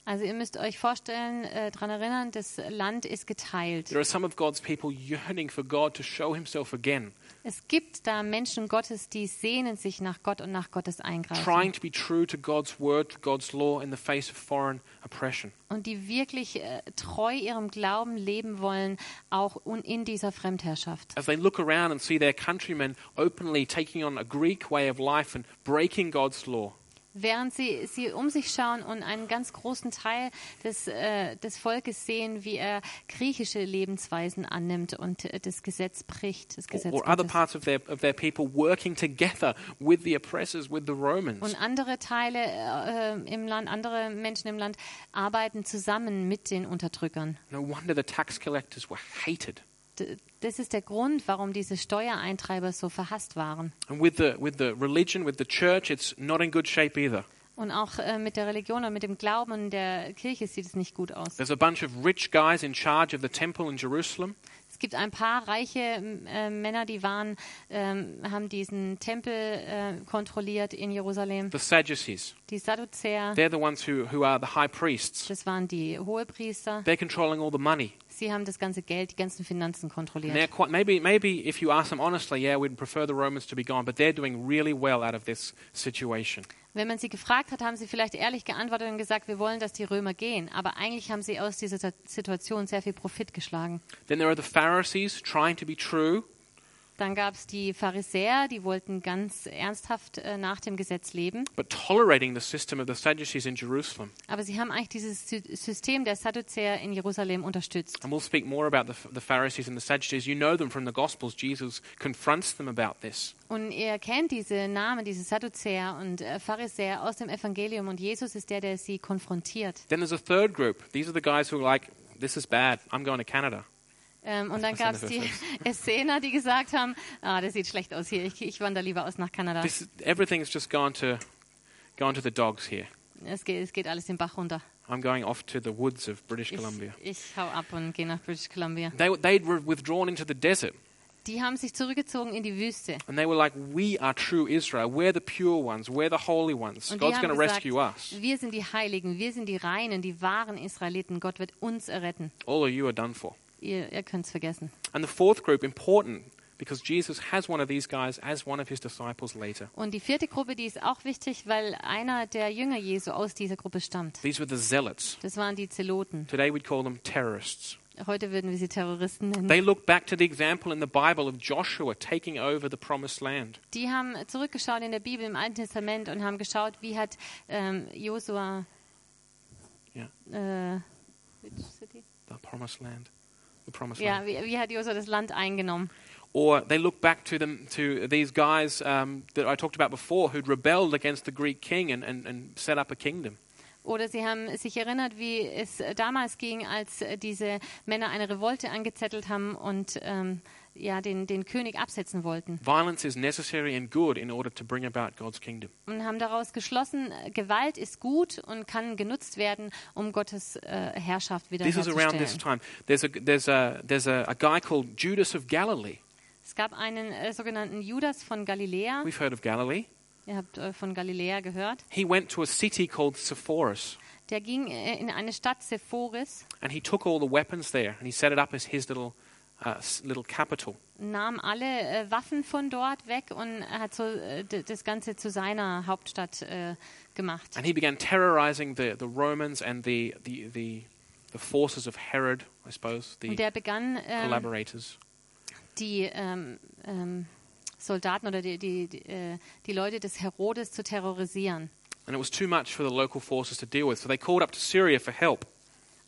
Also ihr müsst euch vorstellen, äh, daran erinnern, das Land ist geteilt.
There are some of God's people yearning for God to show himself again,
Es gibt da Menschen Gottes, die sehnen sich nach Gott und nach Gottes Eingreifen
trying to be true to God's word, to God's law in the face of foreign oppression.
und die wirklich äh, treu ihrem Glauben leben wollen, auch un in dieser Fremdherrschaft.
as they look around and see their countrymen openly taking on a Greek way of life and breaking God's law,
Während sie, sie um sich schauen und einen ganz großen Teil des, äh, des Volkes sehen, wie er griechische Lebensweisen annimmt und äh, das Gesetz bricht, das
or,
Gesetz
or other
Gottes.
parts of their, of their people working together with the oppressors, with the Romans.
Und andere Teile äh, äh, im Land, andere Menschen im Land arbeiten zusammen mit den Unterdrückern.
No wonder the tax collectors were hated.
D das ist der Grund, warum diese Steuereintreiber so verhasst waren.
And with the, with the religion, with the church, it's not in good shape either.
Und auch äh, mit der Religion und mit dem Glauben und der Kirche sieht es nicht gut aus.
There's a bunch of rich guys in charge of the temple in Jerusalem,
Es gibt ein paar reiche m- äh, Männer, die waren, ähm, haben diesen Tempel äh, kontrolliert in Jerusalem.
the Sadducees.
Die Sadduzäer,
They're the ones who, who are the high priests.
das waren die Hohepriester.
They're controlling all the money.
Sie haben das ganze Geld, die ganzen Finanzen
And they're
kontrolliert.
quite, maybe, maybe if you ask them honestly, yeah, we'd prefer the Romans to be gone, but they're doing really well out of this situation.
Wenn man sie gefragt hat, haben sie vielleicht ehrlich geantwortet und gesagt, wir wollen, dass die Römer gehen. Aber eigentlich haben sie aus dieser Ta- Situation sehr viel Profit geschlagen.
Then there are the Pharisees trying to be true,
Dann gab es die Pharisäer, die wollten ganz ernsthaft äh, nach dem Gesetz leben.
but tolerating the system of the Sadducees in Jerusalem.
Aber sie haben eigentlich dieses Sy System der Sadduzäer in Jerusalem unterstützt.
And we'll speak more about the, the Pharisees and the Sadducees. You know them from the Gospels. Jesus confronts them about this.
Und ihr kennt diese Namen, diese Sadduzäer und äh, Pharisäer aus dem Evangelium. Und Jesus ist der, der sie konfrontiert.
Then there's a third group. These are the guys who are like, this is bad. I'm going to Canada.
Ähm, und dann
Das ist eine
gab es die Essener, die gesagt haben, ah, das sieht schlecht aus hier, ich, ich wandere lieber aus nach Kanada.
This, everything's just gone to, gone to the dogs here.
Es geht, es geht alles den Bach runter.
I'm going off to the woods of British
Ich,
Columbia.
ich hau ab und gehe nach British Columbia.
They, they were withdrawn into the desert.
Die haben sich zurückgezogen in die Wüste.
And they were like, We are true Israel. We're the pure ones. We're the holy ones.
Und die
God's
haben
going to
gesagt,
rescue us.
wir sind die Heiligen, wir sind die Reinen, die wahren Israeliten. Gott wird uns erretten.
All of you are done for.
Ihr, ihr könnt es vergessen.
And the fourth group, important, because Jesus has one of these guys as one of his disciples later.
Und die vierte Gruppe, die ist auch wichtig, weil einer der Jünger Jesu aus dieser Gruppe stammt.
These were the zealots.
Das waren die Zeloten.
Today we'd call them terrorists.
Heute würden wir sie Terroristen nennen.
They look back to the example in the Bible of Joshua taking over the promised land.
Die haben zurückgeschaut in der Bibel im Alten Testament und haben geschaut, wie hat ähm, Josua
Ja.
äh, which city?
The promised land. The promised
ja,
land.
wie, wie hat Josua das Land eingenommen?
Or they look back to them to these guys um, that I talked about before who'd rebelled against the Greek king and, and, and set up a kingdom.
Oder sie haben sich erinnert, wie es äh, damals ging, als äh, diese Männer eine Revolte angezettelt haben und ähm, ja, den, den König absetzen wollten.
Violence is necessary and good in order to bring about God's kingdom.
Und haben daraus geschlossen, äh, Gewalt ist gut und kann genutzt werden, um Gottes äh, Herrschaft
This is around
wiederherzustellen.
this time. There's a there's a there's a, a guy called Judas of Galilee.
Es gab einen äh, sogenannten Judas von Galiläa.
We've heard of Galilee.
Ihr habt äh, von Galiläa gehört.
He went to a city called Sepphoris,
Der ging äh, in eine Stadt Sephoris,
and he took all the weapons there and he set it up as his little uh, s- little capital.
nahm alle äh, Waffen von dort weg und hat so äh, d- das Ganze zu seiner Hauptstadt äh, gemacht.
And he began terrorizing the, the Romans and the the, the the forces of Herod, I suppose,
Und
the
der begann, ähm,
collaborators.
die ähm, ähm, Soldaten oder die, die, die, äh, die Leute des Herodes zu terrorisieren.
And it was too much for the local forces to deal with, so they called up to Syria for help.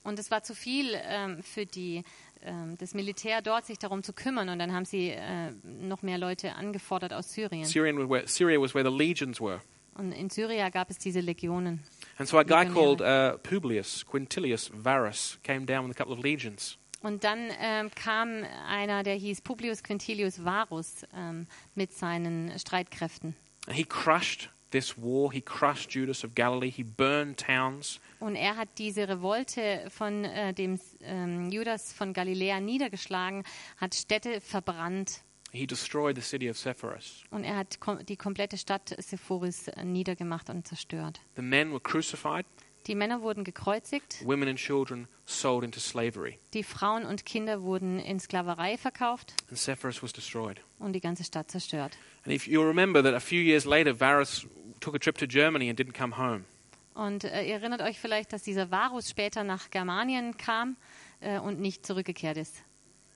Und es war zu viel ähm, für die, ähm, das Militär dort, sich darum zu kümmern. Und dann haben sie äh, noch mehr Leute angefordert aus Syrien.
Syrian was where, Syria was where the legions were.
Und in Syrien gab es diese Legionen.
And so a guy
Legionnaire.
called uh, Publius Quintilius Varus came down with a couple of legions.
Und dann ähm, kam einer, der hieß Publius Quintilius Varus ähm, mit seinen Streitkräften.
And he crushed this war. He crushed Judas of Galilee. He burned towns.
Und er hat diese Revolte von äh, dem ähm, Judas von Galiläa niedergeschlagen, hat Städte verbrannt
He destroyed the city of Sepphoris.
und er hat kom die komplette Stadt Sephoris äh, niedergemacht und zerstört.
The men were crucified.
Die Männer wurden gekreuzigt,
Women and children sold into slavery.
die Frauen und Kinder wurden in Sklaverei verkauft
And Sepphoris was destroyed.
und die ganze Stadt zerstört.
And if you'll remember that a few years later, Varus took a trip to Germany and didn't come home.
Und äh, ihr erinnert euch vielleicht, dass dieser Varus später nach Germanien kam äh, und nicht zurückgekehrt ist.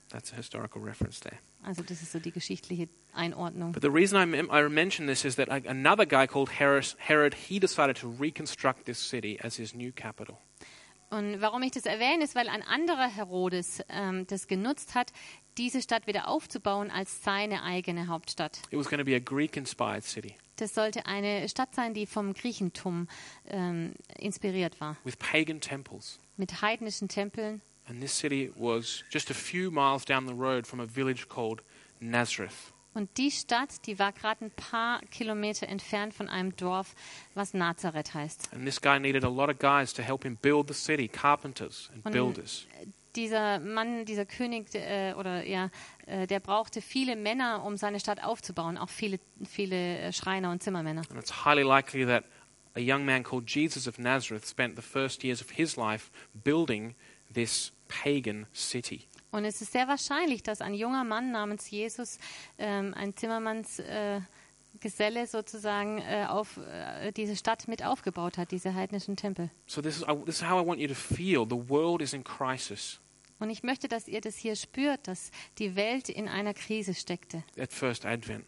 That's a historical reference there.
Also das ist so die geschichtliche Einordnung.
But the reason I, mem- I mention this is that a- another guy called Herod, Herod, he decided to reconstruct this city as his new capital.
Und warum ich das erwähne, ist, weil ein anderer Herodes ähm, das genutzt hat, diese Stadt wieder aufzubauen als seine eigene Hauptstadt.
It was going to be a Greek-inspired city
Das sollte eine Stadt sein, die vom Griechentum ähm, inspiriert war,
with pagan temples.
mit heidnischen Tempeln.
And this city was just a few miles down the road from a village called Nazareth.
Und die Stadt, die war gerade ein paar Kilometer entfernt von einem Dorf, was Nazareth heißt.
And this guy needed a lot of guys to help him build the city, carpenters and
Und
builders.
dieser Mann, dieser König, äh, oder ja, äh, der brauchte viele Männer, um seine Stadt aufzubauen, auch viele, viele äh, Schreiner und Zimmermänner.
And it's highly likely that a young man called Jesus of Nazareth spent the first years of his life building this pagan city.
Und es ist sehr wahrscheinlich, dass ein junger Mann namens Jesus, ähm, ein Zimmermannsgeselle äh, Geselle sozusagen, äh, auf äh, diese Stadt mit aufgebaut hat, diese heidnischen Tempel.
So this is, I, this is how I want you to feel. The world is in crisis.
Und Und ich möchte, dass ihr das hier spürt, dass die Welt in einer Krise steckte
at first Advent.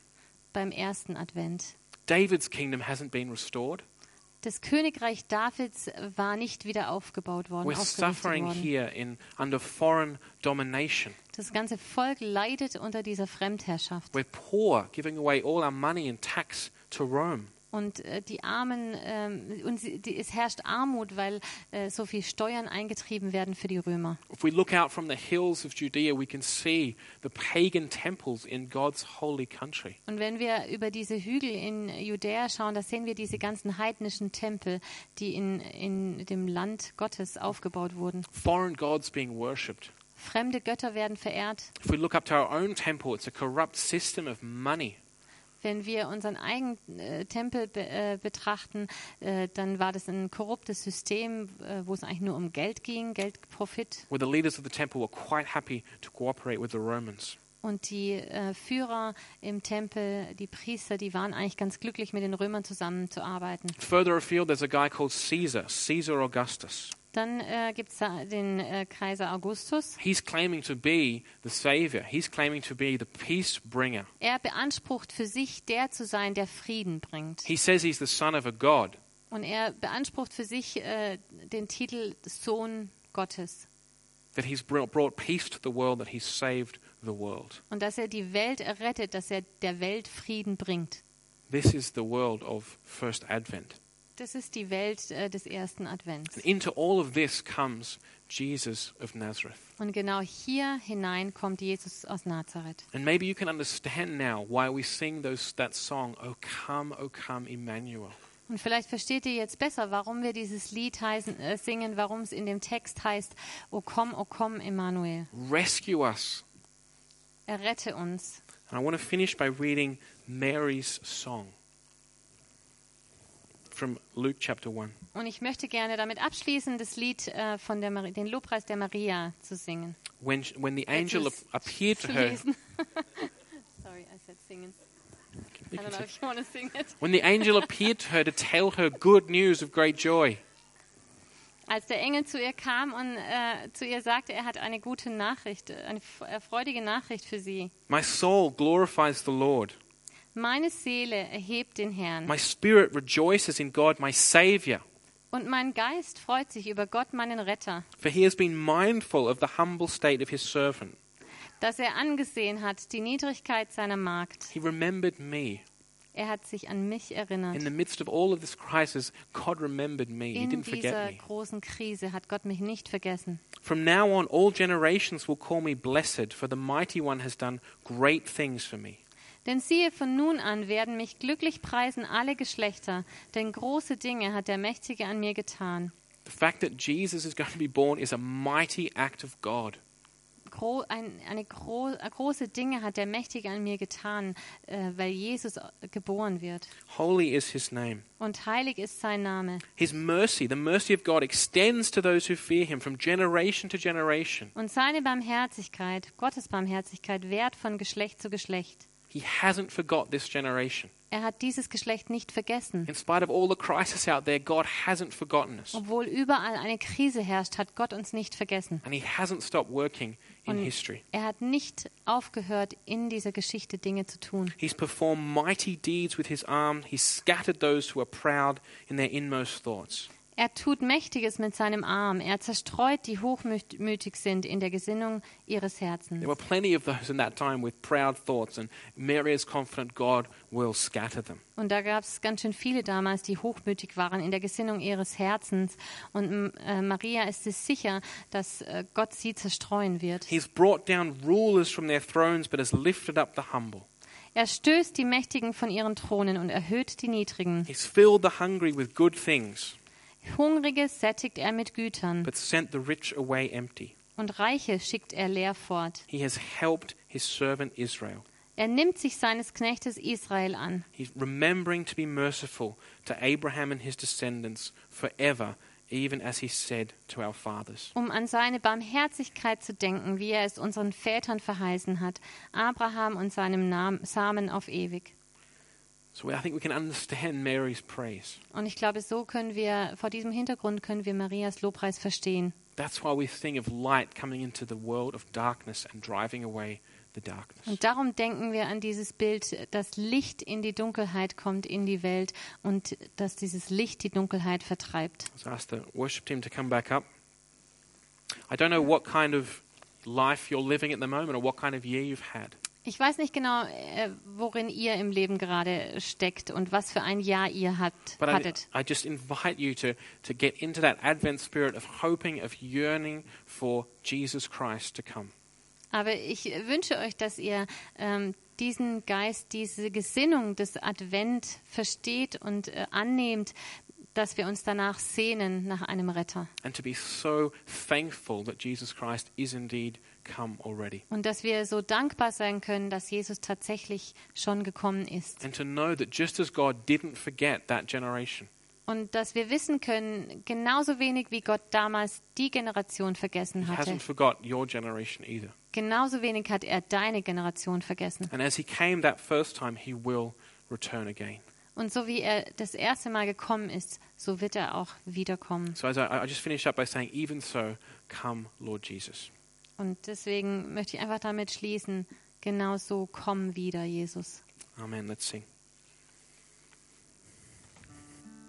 beim ersten Advent.
David's kingdom hasn't been restored.
Das Königreich Davids war nicht wieder aufgebaut worden.
We're
aufgerichtet
suffering
worden.
here in, under foreign domination.
Das ganze Volk leidet unter dieser Fremdherrschaft.
We're poor, giving away all our money in tax to Rome.
Und äh, die Armen, ähm, und sie, die, es herrscht Armut, weil äh, so viel Steuern eingetrieben werden für die Römer.
If we look out from the hills of Judea, we can see the pagan temples in God's holy country.
Und wenn wir über diese Hügel in Judäa schauen, da sehen wir diese ganzen heidnischen Tempel, die in, in dem Land Gottes aufgebaut wurden.
Foreign gods being worshipped.
Fremde Götter werden verehrt.
If we look up to our own temple, it's a corrupt system of money.
Wenn wir unseren eigenen äh, Tempel be, äh, betrachten, äh, dann war das ein korruptes System, äh, wo es eigentlich nur um Geld ging, Geldprofit.
Where the leaders of the temple were quite happy to cooperate with the Romans.
Und die äh, Führer im Tempel, die Priester, die waren eigentlich ganz glücklich, mit den Römern zusammenzuarbeiten.
Further afield, there's a guy called Caesar, Caesar Augustus.
Dann äh, gibt es da den äh, Kaiser Augustus.
He's claiming to be the savior. He's claiming to be the peace bringer.
Er beansprucht für sich, der zu sein, der Frieden bringt.
He says he's the son of a god.
Und er beansprucht für sich äh, den Titel Sohn Gottes.
that he's br- brought peace to the world, that he's saved the world.
Und dass er die Welt errettet, dass er der Welt Frieden bringt.
This is the world of First Advent.
Das ist die Welt äh, des ersten Advents.
And into all of this comes Jesus of Nazareth.
Und genau hier hinein kommt Jesus aus Nazareth.
And maybe you can understand now why we sing those, that song, O come, O come, Emmanuel.
Und vielleicht versteht ihr jetzt besser, warum wir dieses Lied heißen, äh, singen, warum es in dem Text heißt, O komm, O komm, Emmanuel,
Rescue us.
errette uns.
And I want to finish by reading Mary's song from Luke chapter 1.
Und ich möchte gerne damit abschließen, das Lied äh, von der Mari den Lobpreis der Maria zu singen.
When, sh- when the angel
Let's
ap- appeared to
Zu
her,
lesen. Sorry, I said singing. I don't know if you want to sing it.
when the angel appeared to her to tell her good news of great joy,
Als der Engel zu ihr kam und äh, zu ihr sagte, er hat eine gute Nachricht, äh, eine f- äh, freudige Nachricht für sie.
My soul glorifies the Lord.
Meine Seele erhebt den Herrn.
My spirit rejoices in God, my Savior,
Und mein Geist freut sich über Gott, meinen Retter.
for he has been mindful of the humble state of his servant.
dass er angesehen hat die Niedrigkeit seiner Magd.
He remembered me.
Er hat sich an mich
In
erinnert.
the midst of all of this crisis, God remembered me.
In
He
uh,
didn't
dieser
forget me.
großen Krise hat Gott mich nicht vergessen.
From now on, all generations will call me blessed, for the mighty one has done great things for me.
Denn siehe, von nun an werden mich glücklich preisen alle Geschlechter, denn große Dinge hat der Mächtige an mir getan.
The fact that Jesus is going to be born is a mighty act of God.
Gro ein, eine gro große Dinge hat der Mächtige an mir getan, äh, weil Jesus geboren wird.
Holy is his name.
Und heilig ist sein Name.
His mercy, the mercy of God, extends to those who fear him from generation to generation.
Und seine Barmherzigkeit, Gottes Barmherzigkeit, währt von Geschlecht zu Geschlecht.
He hasn't forgot this generation.
Er hat dieses Geschlecht nicht vergessen.
In spite of all the crisis out there, God hasn't forgotten us.
Obwohl überall eine Krise herrscht, hat Gott uns nicht vergessen.
And He hasn't stopped working in history.
Er hat nicht aufgehört, in dieser Geschichte Dinge zu tun.
He's performed mighty deeds with His arm. He's scattered those who are proud in their inmost thoughts.
Er tut Mächtiges mit seinem Arm. Er zerstreut die hochmütig sind in der Gesinnung ihres Herzens.
There were plenty of those in that time with proud thoughts, and Mary is confident God will scatter them.
Und da gab es ganz schön viele damals, die hochmütig waren in der Gesinnung ihres Herzens. Und äh, Maria ist es sicher, dass äh, Gott sie zerstreuen wird.
He's brought down rulers from their thrones, but has lifted up the humble.
Er stößt die Mächtigen von ihren Thronen und erhöht die Niedrigen.
He's filled the hungry with good things,
Hungrige sättigt er mit Gütern.
but sent the rich away empty.
und Reiche schickt er leer fort.
He has helped His servant Israel.
Er nimmt sich seines Knechtes Israel an.
He's remembering to be merciful to Abraham and his descendants forever, even as he said to our fathers.
um an seine Barmherzigkeit zu denken, wie er es unseren Vätern verheißen hat, Abraham und seinem Nam- Samen auf ewig.
So I think we can understand Mary's praise.
Und ich glaube, so können wir, vor diesem Hintergrund können wir Marias Lobpreis verstehen.
That's why we sing of light coming into the world of darkness and driving away the darkness.
Und darum denken wir an dieses Bild, dass Licht in die Dunkelheit kommt, in die Welt und dass dieses Licht die Dunkelheit vertreibt.
Let's ask the worship team to come back up. I don't know what kind of life you're living at the moment or what kind of year you've had.
Ich weiß nicht genau, äh, worin ihr im Leben gerade steckt und was für ein Jahr ihr habt,
But I,
hattet.
I just invite you to, to get into that Advent spirit of hoping, of yearning for Jesus Christ to come.
Aber ich wünsche euch, dass ihr ähm, diesen Geist, diese Gesinnung des Advent versteht und äh, annehmt, dass wir uns danach sehnen nach einem Retter
and to be so thankful that Jesus Christ is indeed come already.
und dass wir so dankbar sein können, dass Jesus tatsächlich schon gekommen ist
And to know that just as God didn't forget that generation,
und dass wir wissen können, genauso wenig wie Gott damals die Generation vergessen
He
hatte,
hasn't forgot your generation either.
genauso wenig hat er deine Generation vergessen.
And as He came that first time, He will return again.
Und so wie er das erste Mal gekommen ist, so wird er auch wiederkommen.
So as I, I just finish up by saying, even so, come, Lord Jesus.
Und deswegen möchte ich einfach damit schließen, genau so komm wieder, Jesus.
Amen. Let's sing.